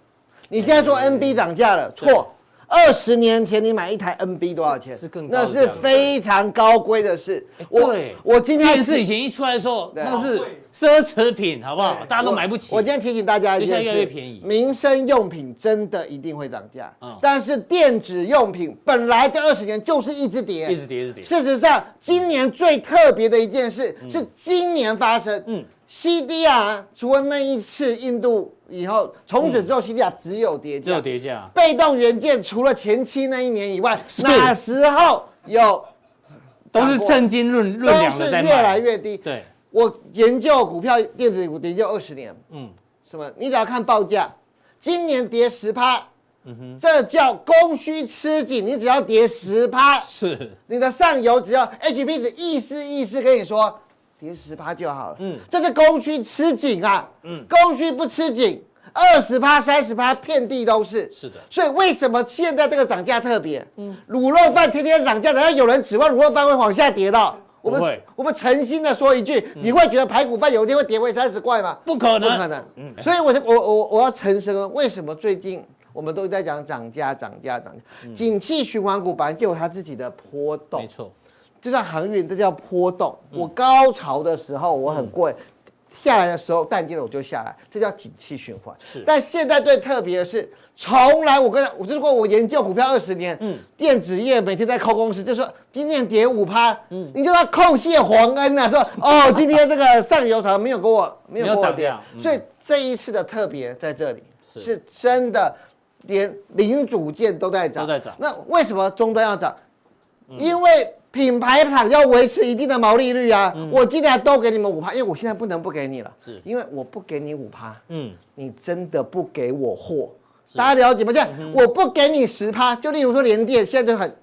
S3: 你现在说
S1: 哎
S3: NB 涨价了，错。二十年前你买一台 NB 多少钱？
S1: 是是更高
S3: 那
S1: 的
S3: 是
S1: 价格
S3: 非常高规的事
S1: 哎。
S3: 我
S1: 对
S3: 我今天
S1: 电视以前一出来的时候，
S3: 对啊
S1: 那是奢侈品，好不好？
S2: 对
S1: 大家都买不起。
S3: 我今天提醒大家一件
S1: 就现在
S3: 事：
S1: 越来越便宜
S3: 民生用品真的一定会涨价。
S1: 嗯
S3: 但是电子用品本来这二十年就是一直跌，
S1: 一直跌，一直跌。
S3: 事实上，今年最特别的一件事、是今年发生。
S1: 嗯
S3: 嗯，CDR 除了那一次印度以后，从此之后 CDR 只有跌
S1: 只
S3: 价。
S1: 有跌价。
S3: 被动元件除了前期那一年以外，
S1: (laughs) 是
S3: 哪时候有
S1: 都是正经论论两
S3: 都
S1: 的
S3: 是
S1: 在卖，
S3: 越来越低。
S1: 对，
S3: 我研究股票电子股研究二十年，
S1: 嗯，
S3: 什么？你只要看报价，今年跌十趴，这叫供需吃紧。你只要跌十趴，
S1: 是，
S3: 你的上游只要 HP 的意思意思跟你说跌十趴就好了，
S1: 嗯
S3: 嗯，这是供需吃紧啊，
S1: 嗯
S3: 嗯，供需不吃紧，二十趴、三十趴遍地都是，
S1: 是的
S3: 所以为什么现在这个涨价特别？嗯，卤肉饭天天涨价，难道有人指望卤肉饭会往下跌的？我
S1: 不会嗯
S3: 们我们诚心的说一句，你会觉得排骨饭有一天会跌回三十块吗？
S1: 不可能，
S3: 不可能。
S1: 嗯
S3: 嗯所以我就我我我要诚实地说，为什么最近我们都在讲涨价、涨价、涨价？景气循环股本来就有它自己的波
S1: 嗯没
S3: 动，
S1: 错，
S3: 就像航运，这叫波动。
S1: 嗯
S3: 我高潮的时候我很贵。下来的时候，淡季了我就下来，这叫景气循环。
S1: 是
S3: 但现在最特别的是，从来我跟我就是说我研究股票二十年，
S1: 嗯
S3: 嗯，电子业每天在扣公司，就说今天跌五趴，嗯，你就要叩谢皇
S1: (laughs)
S3: 恩啊，说哦，今天这个上游厂没有给我没有
S1: 没有
S3: 给我
S1: 涨
S3: 跌
S1: 价，嗯
S3: 所以这一次的特别在这里
S1: 是
S3: 是真的，连零组件都在涨，
S1: 都在涨
S3: 那为什么终端要涨？
S1: 嗯
S3: 因为品牌厂要维持一定的毛利率啊，我今天还都给你们五趴，因为我现在不能不给你了，
S1: 嗯是
S3: 因为我不给你五趴，
S1: 嗯，
S3: 你真的不给我货，大家了解吗？这样、
S1: 嗯
S3: 我不给你十趴，就例如说联电现在就很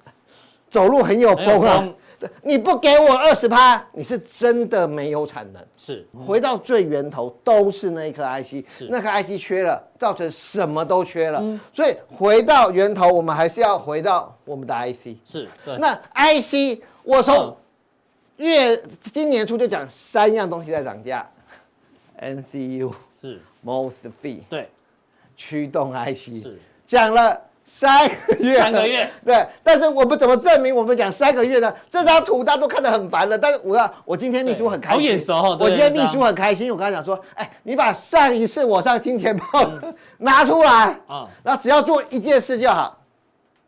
S3: 走路很有风
S1: 很
S3: 啊
S1: 有，
S3: 你不给我二十趴，你是真的没有产能。
S1: 是，
S3: 回到最源头都是那一颗 IC，
S1: 嗯是嗯
S3: 那颗 IC 缺了，造成什么都缺了。所以回到源头，我们还是要回到我们的 IC。
S1: 是，对，
S3: 那 IC，我
S1: 嗯
S3: 从月今年初就讲三样东西在涨价，NCU、
S1: 是，
S3: MOSFET、
S1: 对，
S3: 驱动 IC，
S1: 是
S3: 讲了三个月，
S1: 三个月，
S3: 对。但是我们怎么证明我们讲三个月呢？这张图大家都看得很烦了，但是我要我今天秘书很开心，
S1: 对好眼熟哦对
S3: 我今天秘书很开心，我跟他讲说，哎，你把上一次我上金钱豹 (laughs) 拿出来，
S1: 嗯啊，
S3: 那只要做一件事就好。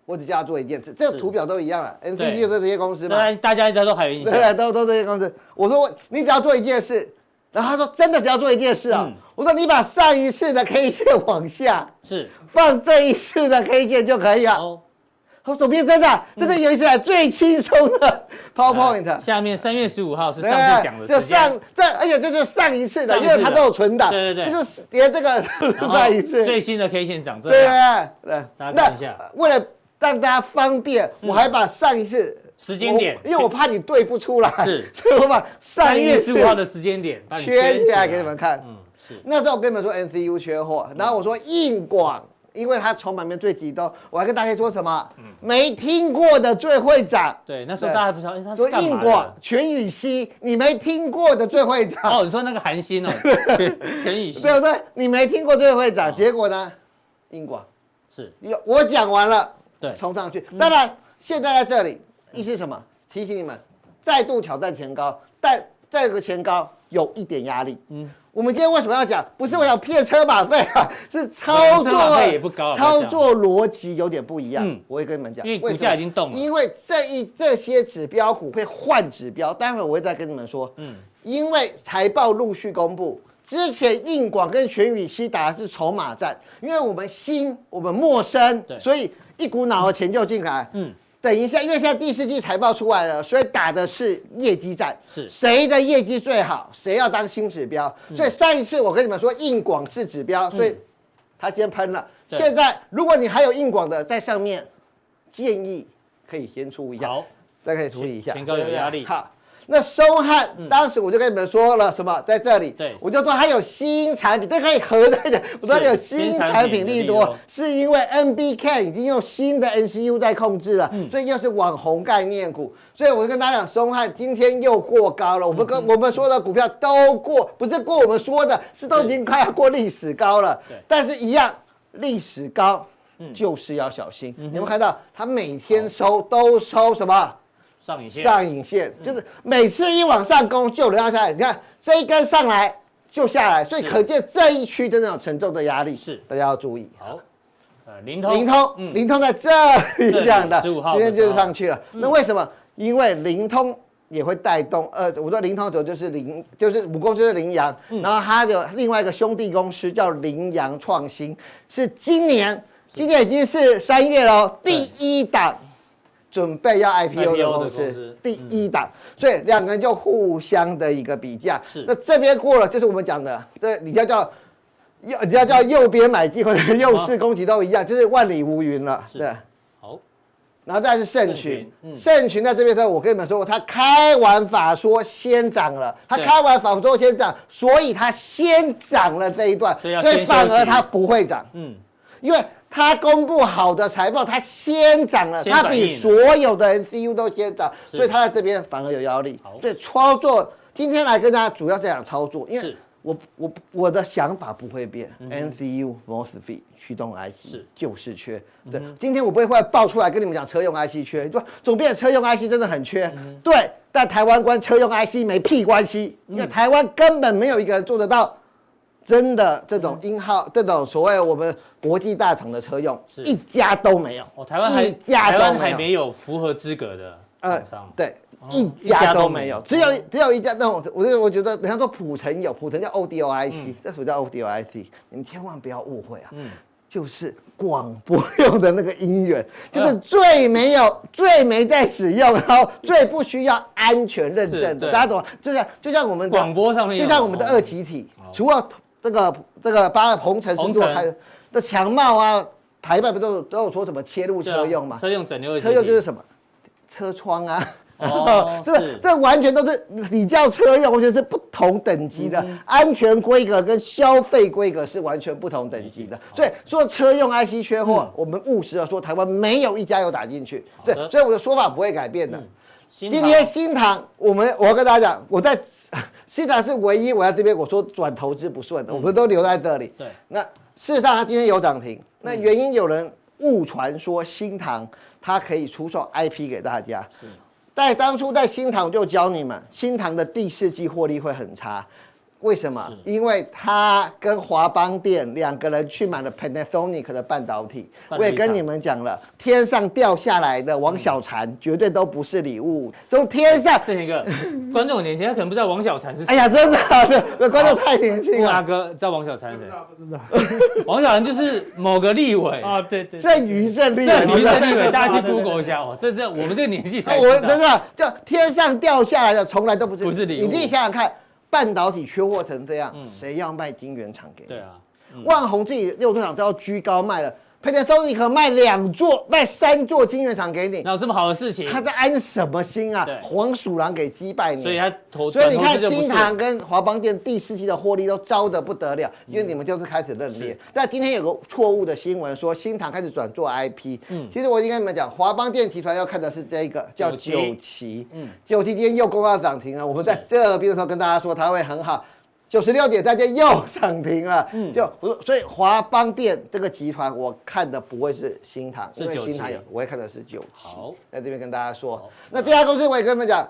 S3: 我只叫他做一件事，这个
S1: 是
S3: 图表都一样了，N C
S1: 对
S3: D 就是这些公司
S1: 大
S3: 嘛。
S1: 家大家应该都还有印象，
S3: (laughs) 对，啊都都这些公司。我说我你只要做一件事，然后他说真的只要做一件事啊。
S1: 嗯
S3: 我说你把上一次的 K 线往下 (laughs)
S1: 是，
S3: 放这一次的 K 线就可以了。
S1: 哦，
S3: 我手边真的
S1: 嗯
S3: 啊真的有一次啊最轻松
S1: (laughs)
S3: 的 PowerPoint。
S1: 来下面三月十五号是
S3: 啊对
S1: 哎
S3: 啊
S1: 上次讲的
S3: 这
S1: 时间
S3: 上，这而且这就是上一次的，
S1: 上一
S3: 因
S1: 次的
S3: 为它都有存档，
S1: 对对对
S3: 就是连这个都是
S1: 然后
S3: (laughs) 上一次，
S1: 最新的 K 线涨这
S3: 对
S1: 样，
S3: 啊，对，
S1: 大家
S3: 那
S1: 看一下
S3: 呃为了让大家方便，我还把上一次
S1: 时间点
S3: 我因为我怕你对不出来，
S1: 是，
S3: (laughs) 所以我把上
S1: 三
S3: 一
S1: 月十
S3: 次
S1: 五号的时间点，把你
S3: 圈起来嗯给你们看。
S1: 嗯，是，
S3: 那时候我跟你们说 NCU 缺货，然后我说硬广，因为它筹码面最集中，我还跟大家说什么？没听过的最会涨。
S1: 对，那时候大家还不知道，哎，他
S3: 说
S1: 是干
S3: 硬
S1: 嘛
S3: 广
S1: 的？
S3: 全宇熙，你没听过的最会涨。
S1: 哦，你说那个韩
S3: (laughs)
S1: 星哦，陈陈以
S3: 对
S1: 希
S3: 不对？你没听过最会涨，结果呢？硬广，
S1: 是，
S3: 有我讲完了，
S1: 对，嗯
S3: 冲上去。当然，现在在这里，意思是什么？提醒你们，再度挑战前高，但这个前高有一点压力。嗯，我们今天为什么要讲？不是我想骗车马费
S1: (laughs)
S3: 啊，是操
S1: 车马
S3: 作
S1: 费也不高啊
S3: 操作逻辑有点不一样。
S1: 嗯
S3: 我会跟你们讲，
S1: 因为股
S3: 什么
S1: 价已经动了
S3: 因为这一这些指标股会换指标，待会我会再跟你们说。
S1: 嗯
S3: 嗯，因为财报陆续公布。之前硬广跟全宇西打的是筹码战，因为我们新，我们陌生
S1: 对，
S3: 所以一股脑的钱就进来。
S1: 嗯，
S3: 等一下，因为现在第四季财报出来了，所以打的是业绩战，
S1: 是嗯
S3: 谁的业绩最好，谁要当新指标。所以上一次我跟你们说硬广是指标，所以它先喷了。
S1: 对
S3: 现在如果你还有硬广的在上面，建议可以先出一下，
S1: 好，
S3: 再可以处理一下，
S1: 前前高有
S3: 对不对
S1: 压力嗯
S3: 好。那松汉当时我就跟你们说了什么，在这里，
S1: 对
S3: 我就说它有新产品，这可以合在的。我说有新产品
S1: 新
S3: 利
S1: 产品利
S3: 多
S1: 多，
S3: 是因为 NBK 已经用新的 NCU 在控制了，所以又是网红概念股。所以我就跟大家讲，松汉今天又过高了。我们跟、我们说的股票都过，不是过我们说的，是都已经快要过历史高了
S1: 对。
S3: 但是一样，历史高就是要小心。你们看到它每天收都收什么？
S1: 上影线，嗯
S3: 上影线，就是每次一往上攻就有人要下来。你看这一根上来就下来，所以
S1: 是
S3: 可见这一区真的有沉重的压力，
S1: 是
S3: 大家要注意。
S1: 好，呃，灵通，
S3: 灵通，灵通在这
S1: 这
S3: 里
S1: 里
S3: 这样的，
S1: 15号
S3: 今天
S1: 的时
S3: 就
S1: 候嗯
S3: 上去了。那为什么？因为灵通也会带动，呃，我说灵通主就是灵，就是母公司是羚羊，
S1: 嗯
S3: 然后它有另外一个兄弟公司叫羚羊创新，是今年，今年已经是三月喽，第一档。准备要 IPO
S1: IPO
S3: 的公
S1: 的公
S3: 司
S1: 司，嗯
S3: 第一档，所以两个人就互相的一个比价。
S1: 是
S3: 那这边过了，就是我们讲的，这你要叫右，你要叫
S1: 嗯
S3: 右边买进或者右市攻击都一样，就是万里无云了。
S1: 啊是
S3: 对，
S1: 好，
S3: 然后再来是盛
S1: 盛
S3: 群
S1: 群，嗯
S3: 盛群在这边的时候，我跟你们说过，他开完法说先涨了，他
S1: 对
S3: 开完法说先涨，所以他先涨了这一段，
S1: 所以要
S3: 所以
S1: 先
S3: 反
S1: 休息
S3: 而它不会涨，
S1: 嗯，
S3: 因为它公布好的财报，它先涨了，
S1: 先
S3: 它
S1: 反
S3: 比
S1: 应
S3: 所有的 NCU 都先涨，
S1: 是
S3: 所以它在这边反而有压力
S1: 好。
S3: 所以操作今天来跟大家主要是讲操作，因为
S1: 是嗯
S3: 我我我的想法不会变，NCU MOSFET 驱动 IC
S1: 是嗯
S3: 就是缺。对，今天我不会忽然爆出来跟你们讲车用 IC 缺，你说总编车用 IC 真的很缺，
S1: 嗯
S3: 对，但台湾关车用 IC 没屁关系，因
S1: 嗯
S3: 为台湾根本没有一个人做得到。真的这种
S1: 嗯
S3: 英号，这种所谓我们国际大厂的车用，
S1: 是
S3: 一家都没有。
S1: 哦，台湾还
S3: 一家
S1: 台
S3: 都
S1: 湾
S3: 没
S1: 还
S3: 有
S1: 没有符合资格的厂商，
S3: 呃
S1: 哦
S3: 对，一
S1: 一
S3: 家
S1: 家
S3: 都
S1: 都
S3: 没
S1: 没
S3: 有
S1: 有，哦
S3: 只有只有一家那种，我就我觉得人家说普城有，普城叫
S1: 嗯
S3: ODOIC，这什么叫 ODOIC？你们千万不要误会啊，就是广播用的那个音源，就是
S1: 嗯
S3: 最没有、最没在使用，然后最不需要安全认
S1: 是
S3: 证的，
S1: 对
S3: 大家懂吗？就像就像我们的
S1: 广播上面有
S3: 就像我们的
S1: 哦
S3: 二极体
S1: 好，
S3: 除了这个这个八二红城是
S1: 红
S3: 做
S1: 城
S3: 还有这强茂啊。台办不都有都有说什么切入
S1: 对
S3: 车
S1: 啊
S3: 用嘛？
S1: 车用整流，
S3: 车用就是，什么？车窗啊。
S1: 哦
S3: (laughs) 这
S1: 是
S3: 这完全都是你叫车用，我觉得是不同等级
S1: 嗯
S3: 的、安全规格跟消费规格是完全不同等级
S1: 理。解
S3: 的
S1: 嗯
S3: 所以说车用 IC 缺货，我们务实的说，台湾没有一家有打进去。
S1: 好
S3: 对
S1: 的，嗯
S3: 所以我的说法不会改变的。
S1: 今
S3: 今天新塘，我们我要跟大家讲，我在新塘是唯一我在这边我说转投资不顺的，我们都留在这里。
S1: 嗯对嗯
S3: 那事实上它今天有涨停，那原因有人误传说新塘它可以出售 IP 给大家，但当初在新塘就教你们，新塘的第四季获利会很差。为什么？因为它跟华邦电两个人去买了 Panasonic 的半导体。
S1: 半导体厂
S3: 我也跟你们讲了，天上掉下来的王小婵绝对都不是礼物，从天上，
S1: 这
S3: (laughs)
S1: 一个观众很年轻，他可能不知道王小婵是谁。
S3: 哎呀，真的，那观众太年轻
S1: 木阿
S3: (laughs) 了。
S1: 哥知道王小婵是
S2: 不知
S1: 谁？
S3: 哎
S2: 道不知道
S1: 王小婵就是某个立
S3: (laughs)
S1: 委，
S2: 啊，对对，对
S3: 郑于正立，
S1: 这
S3: 你
S1: 名
S3: 知道
S1: 字
S2: 对
S1: 立
S2: 对
S1: 委，大家
S2: 对
S1: 去
S2: 对对
S1: Google 一下哦。这这我们这个年纪才
S3: 哦，
S1: 知
S3: 我
S1: 道
S3: 真的就天上掉下来的，从来都不是
S1: 不是礼物嗯
S3: 你自己想想看，半导体缺货成这样，谁要卖晶圆厂给你？
S1: 对啊，
S3: 万宏自己六座厂都要居高卖了，Panasonic 卖两座、卖三座晶圆厂给你
S1: 哪，有这么好的事情？
S3: 他在安什么心啊
S1: 对？
S3: 黄鼠狼给击败你。
S1: 所以他投，
S3: 所以你看，
S1: 转投资就不
S3: 新
S1: 是
S3: 塘跟华邦店第四季的获利都糟得不得了，因为
S1: 嗯
S3: 你们就是开始认列。但今天有个错误的新闻，说新塘开始转做 IP。嗯，其实我已经跟你们讲，华邦电集团要看的是这一个叫
S1: 九旗
S3: 九旗。嗯，九旗今天又公告涨停了，我们在这边的时候跟大家说它会很好。九十六点，大家又 (laughs) 涨停了。嗯，就我说，所以华邦电这个集团，我看的不会是新塘，
S1: 是
S3: 因为
S1: 九旗
S3: 新塘有，我会看的是九旗。
S1: 好，
S3: 在这边跟大家说
S1: 好，
S3: 那这家公司我也跟你们讲，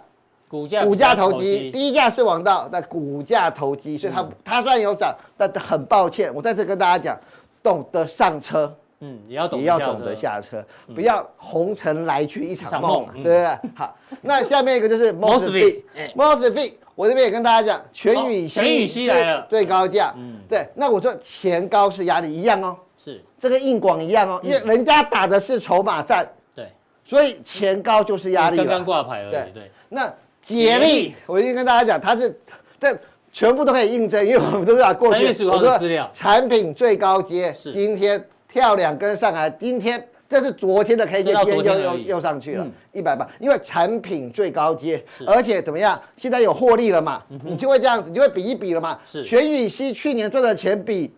S1: 股价
S3: 股价投
S1: 投嗯
S3: 机，，第一价是王道，但股价投机，所以它、它虽然有涨，但很抱歉，我再次跟大家讲，懂得上车
S1: 嗯，也要懂
S3: 也
S1: 得
S3: 要
S1: 下
S3: 懂
S1: 车嗯
S3: 得下车，不要红尘来去一场
S1: 一场
S3: 梦啊，
S1: 梦嗯
S3: 对不对？好，那下面一个就
S1: (laughs)
S3: 是 m o s f e t m o s f e t 我这边也跟大家讲，全宇
S1: 哦全宇
S3: 熙
S1: 熙来了嗯
S3: 最最高价，对，那我说前高是压力一样哦，
S1: 是嗯
S3: 这跟硬广一样哦，因为人家打的是筹码战，
S1: 对，
S3: 所以前高就是压力
S1: 刚嗯刚
S3: 了。
S1: 挂牌而已，
S3: 对
S1: 对，
S3: 那解力，我已经跟大家讲，它是这全部都可以印证，因为我们都是把过
S1: 三
S3: 去
S1: 月十五号
S3: 我
S1: 的
S3: 说
S1: 资料
S3: 产品最高阶，
S1: 是
S3: 今天跳两根上来，今天这是昨天的 K
S1: 这
S3: 线，
S1: 到
S3: 今天
S1: 昨
S3: 就
S1: 天而
S3: 又
S1: 已
S3: 又上去了
S1: 嗯
S3: 一百八，因为产品最高阶
S1: 是，嗯
S3: 而且怎么样，现在有获利了嘛，你就会这样子，你就会比一比了嘛。
S1: 是
S3: 全宇熙去年赚的钱比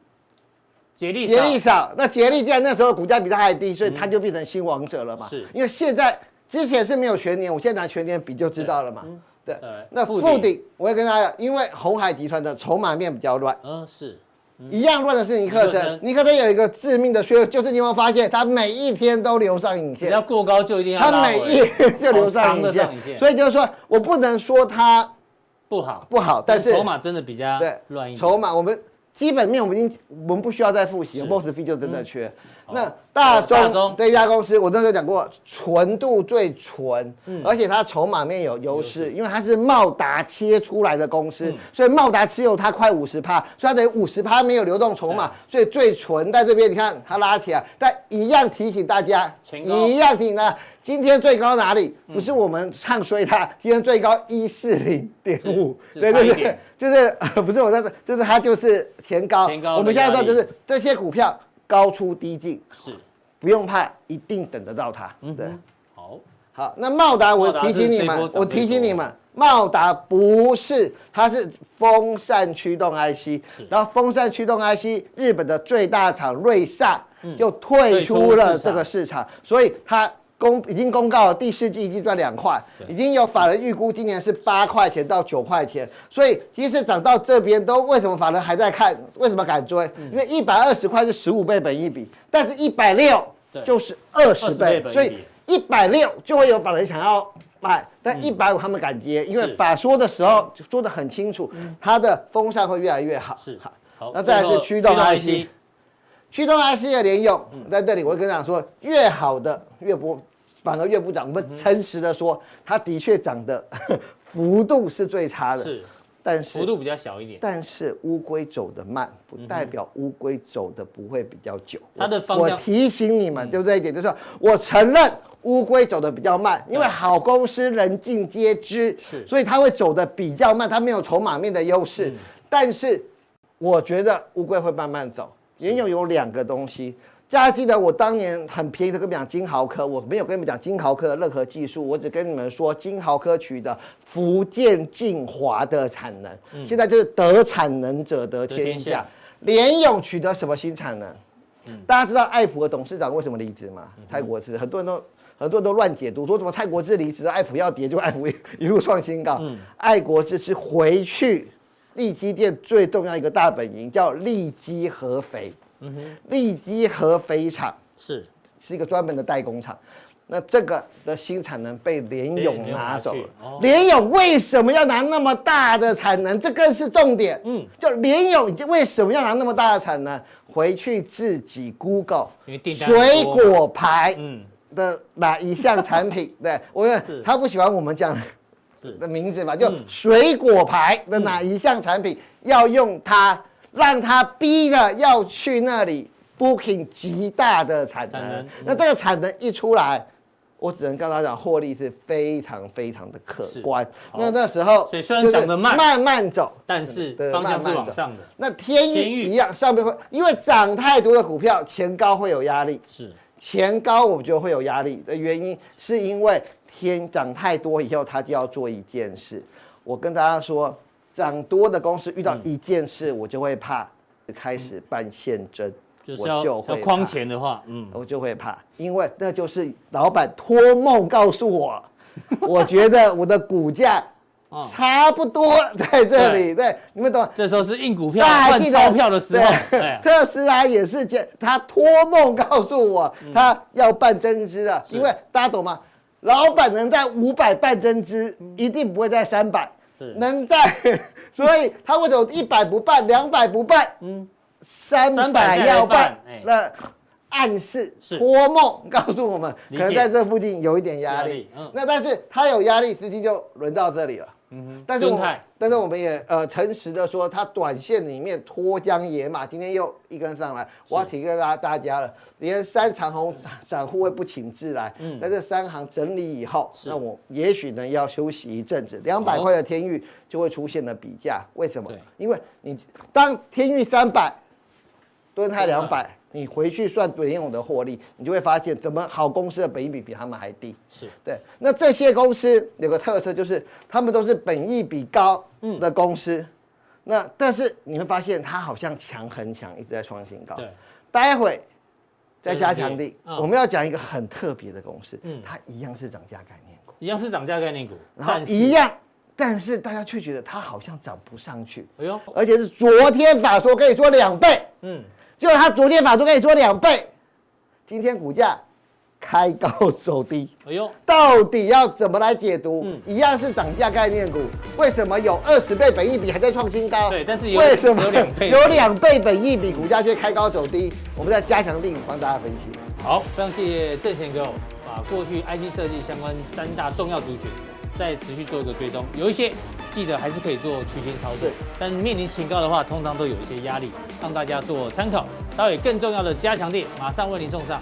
S2: 竭力
S3: 捷
S2: 少
S3: 力少，那捷力在那时候股价比它还低，所以它就变成新王者了嘛。
S1: 嗯是
S3: 因为现在之前是没有全年，我现在拿全年比就知道了嘛。对
S1: 对，嗯呃
S3: 那
S1: 富
S3: 富
S1: 鼎
S3: 鼎，我也跟大家讲，因为红海集团的筹码面比较乱，
S1: 嗯，是
S3: 一样乱的是尼
S1: 尼
S3: 克
S1: 克森
S3: 森。尼克森有一个致命的缺，就是你有没有发现，他每一天都留上影
S1: 只
S3: 线
S1: 要，过高就一定要
S3: 他
S1: 拉
S3: 每
S1: 回
S3: 一天就留上
S1: 好长的
S3: 影
S1: 上
S3: 线
S1: 影，线
S3: 所以就是说我不能说它
S1: 不好，
S3: 不好，但是
S1: 筹码真的比较
S3: 对，
S1: 乱一点，
S3: 筹码我们基本面我们已经我们不需要再复习
S1: 是嗯
S3: ，boss fee 就真的缺。
S1: 好
S3: 那大
S1: 大
S3: 中
S1: 宗
S3: 这一家公司，我那时候讲过，纯度最纯，而且它筹码面有
S1: 嗯
S3: 优
S1: 优嗯
S3: 势，因为它是茂达切出来的公司，所以茂达持有它快五十趴，所以它等于五十趴没有流动筹码，所以最纯在这边，你看它拉起来，但一样提醒大家，
S1: 前高
S3: 一样提醒大家，今天最高哪里？
S1: 嗯
S3: 不是我们唱衰它，今天最高一四零点五，
S1: 是
S3: 对
S1: 差一
S3: 对对
S1: 点。
S3: 就是、 (laughs) 呃、不是我在这，就是它就是前高。
S1: 前高的
S3: 我们现在知道
S1: 压力
S3: 就是这些股票高出低进，
S1: 是
S3: 不用怕，一定等得到它。
S1: 嗯
S3: 对，
S1: 好，
S3: 好，那茂达我
S1: 茂达
S3: 提醒
S1: 是
S3: 你
S1: 这波
S3: 们
S1: 涨，最
S3: 我提醒你
S1: 多
S3: 们，茂达不是，它是风扇驱动 IC，然后风扇驱动 IC 日本的最大厂瑞萨
S1: 嗯
S3: 就退出了这个市场，所以它。公已经公告了第四季已经赚两块，已经有法人预估今年是八块钱到九块钱，所以即使涨到这边都为什么法人还在看？为什么敢追？
S1: 嗯
S3: 因为一百二十块是十五倍本一比，但是一百六
S1: 对
S3: 就是二十
S1: 20倍本
S3: 倍
S1: 益，比
S3: 所以一百六就会有法人想要买，但一百五他们敢接，因为
S1: 嗯是嗯
S3: 法说的时候说的很清楚，它的风扇会越来越好。
S1: 是
S3: 好，
S1: 好，
S3: 那再来
S1: 最
S3: 是
S1: 后
S3: 驱动 IC，
S1: IC，
S3: 驱动 IC 的联用，
S1: 嗯
S3: 在这里我会跟大家说，越好的越不反而越不涨。我
S1: 嗯
S3: 们诚实的说，它的确涨的 (laughs) 幅度是最差的，
S1: 是
S3: 但
S1: 幅
S3: 是
S1: 度比较小一点，
S3: 但是乌龟走得慢，不代表乌龟走的不会比较久。
S1: 嗯它的
S3: 我
S1: 方向嗯
S3: 我提醒你们，对不对？一点就是说，我承认乌龟走的比较慢，因为
S1: 对
S3: 好公司人尽皆知，
S1: 是嗯
S3: 所以它会走的比较慢，它没有筹码面的优势。但是我觉得乌龟会慢慢走。原有有两个东西，大家记得我当年很便宜的跟你们讲金豪科，我没有跟你们讲金豪科的任何技术，我只跟你们说金豪科取的福建晋华的产能，现在就是得产能者嗯
S1: 得
S3: 得天
S1: 天
S3: 下
S1: 下。
S3: 联咏取得什么新产能？大家知道艾普的董事长为什么离职吗？泰国制，很多人都很多人都乱解读，说什么泰国制离职，艾普要跌，就艾普 (laughs) 一路创新高。爱国制是回去利基店最重要一个大本营，叫利基合肥。利基合肥厂
S1: 是
S3: 是一个专门的代工厂。那这个的新产能被联
S1: 被
S3: 咏
S1: 联咏
S3: 拿
S1: 拿
S3: 走
S1: 去
S3: 了
S1: 哦，
S3: 联咏为什么要拿那么大的产能？这更是重点。
S1: 嗯
S3: 嗯，就联咏为什么要拿那么大的产能？回去自己 Google
S1: 因为订单很多
S3: 水果牌
S1: 嗯
S3: 的哪一项产
S1: (laughs)
S3: 品？对我觉
S1: 是
S3: 得他不喜欢我们讲的
S1: 是
S3: 的名字嘛，就
S1: 嗯
S3: 水果牌的哪一项产品要用它，让它逼着要去那里 booking 极大的产
S1: 产能
S3: 能
S1: 嗯。
S3: 那这个产能一出来，我只能跟大家讲，获利是非常非常的可观。
S1: 好
S3: 那那时候，
S1: 所以虽然涨得慢
S3: 慢慢走，
S1: 但是
S3: 对
S1: 方向是
S3: 慢慢
S1: 往
S3: 走
S1: 上的，
S3: 那天
S1: 天
S3: 宇
S1: 宇
S3: 一样，上面会因为涨太多的股票，前高会有压力。
S1: 是
S3: 前高我觉得会有压力的原因，是因为天涨太多以后，它就要做一件事。我跟大家说，涨多的公司
S1: 嗯
S3: 遇到一件事，我就会怕，开始办现增，
S1: 就是要
S3: 我就
S1: 要
S3: 会
S1: 框
S3: 怕，
S1: 钱的话，嗯，
S3: 我就会怕，因为那就是老板托梦告
S1: (laughs)
S3: 诉我，我觉得我的股价
S1: 哦
S3: 差不多在这里，对，你们懂吗？
S1: 这时候是印股票
S3: 大
S1: 换钞票的时候，
S3: 哎
S1: (laughs)
S3: 对
S1: 哎，
S3: 特斯拉也是这，他托梦告诉我，他要办增资了，因为大家懂吗？老板能在五百办增资，一定不会在三百
S1: 嗯是，
S3: 能在， (laughs) 所以他为什么一百不办，两百不办，嗯，三
S1: 300
S3: 百
S1: 再来
S3: 要
S1: 办
S3: 办
S1: 哎，
S3: 那暗示
S1: 是
S3: 托梦告诉我们，
S1: 理
S3: 可
S1: 解
S3: 能在这附近有一点压
S1: 压力
S3: 力
S1: 嗯，
S3: 那但是他有压力，资金就轮到这里了。但是我
S1: 敦泰
S3: 但是我们也呃诚实的说，它短线里面脱缰野马，今天又一根上来，我要提醒大大家了，连三长红散散户会不请自来。嗯，那这三行整理以后，那我也许呢要休息一阵子，两百
S1: 哦
S3: 块的天域就会出现了比价，为什么
S1: 对？
S3: 因为你当天域三百，敦泰
S1: 敦
S3: 两
S1: 泰
S3: 百。你回去算联勇的获利，你就会发现，怎么好公司的本益比比他们还低。
S1: 是
S3: 对，那这些公司有个特色就是，他们都是本益比高
S1: 嗯
S3: 的公司。那但是你会发现，它好像强很强，一直在创新高。
S1: 对，
S3: 待会再加强
S1: 对
S3: 力，
S1: 嗯
S3: 我们要讲一个很特别的公司，
S1: 嗯
S3: 它一样是涨价概念股，
S1: 一样是涨价概念股，
S3: 然后
S1: 但是
S3: 一，样，但是大家却觉得它好像涨不上去，
S1: 哎呦，
S3: 而且是昨天法说跟你说两倍，
S1: 嗯，
S3: 结果它昨天法说跟你说两倍，今天股价开高走低。
S1: 哎呦，
S3: 到底要怎么来解读？
S1: 嗯
S3: 一样是涨价概念股，为什么有二十倍本益比还在创新高？
S1: 对但是有
S3: 为什么
S1: 有两倍
S3: 有两倍本益比股价却开高走低？我们在加强力帮大家分析。
S1: 好，非常谢谢郑贤哥哦，把过去 IC 设计相关三大重要族群再持续做一个追踪，有一些记得还是可以做区间操作
S3: 是，
S1: 但面临前高的话，通常都有一些压力，让大家做参考。待会更重要的加强点，马上为您送上。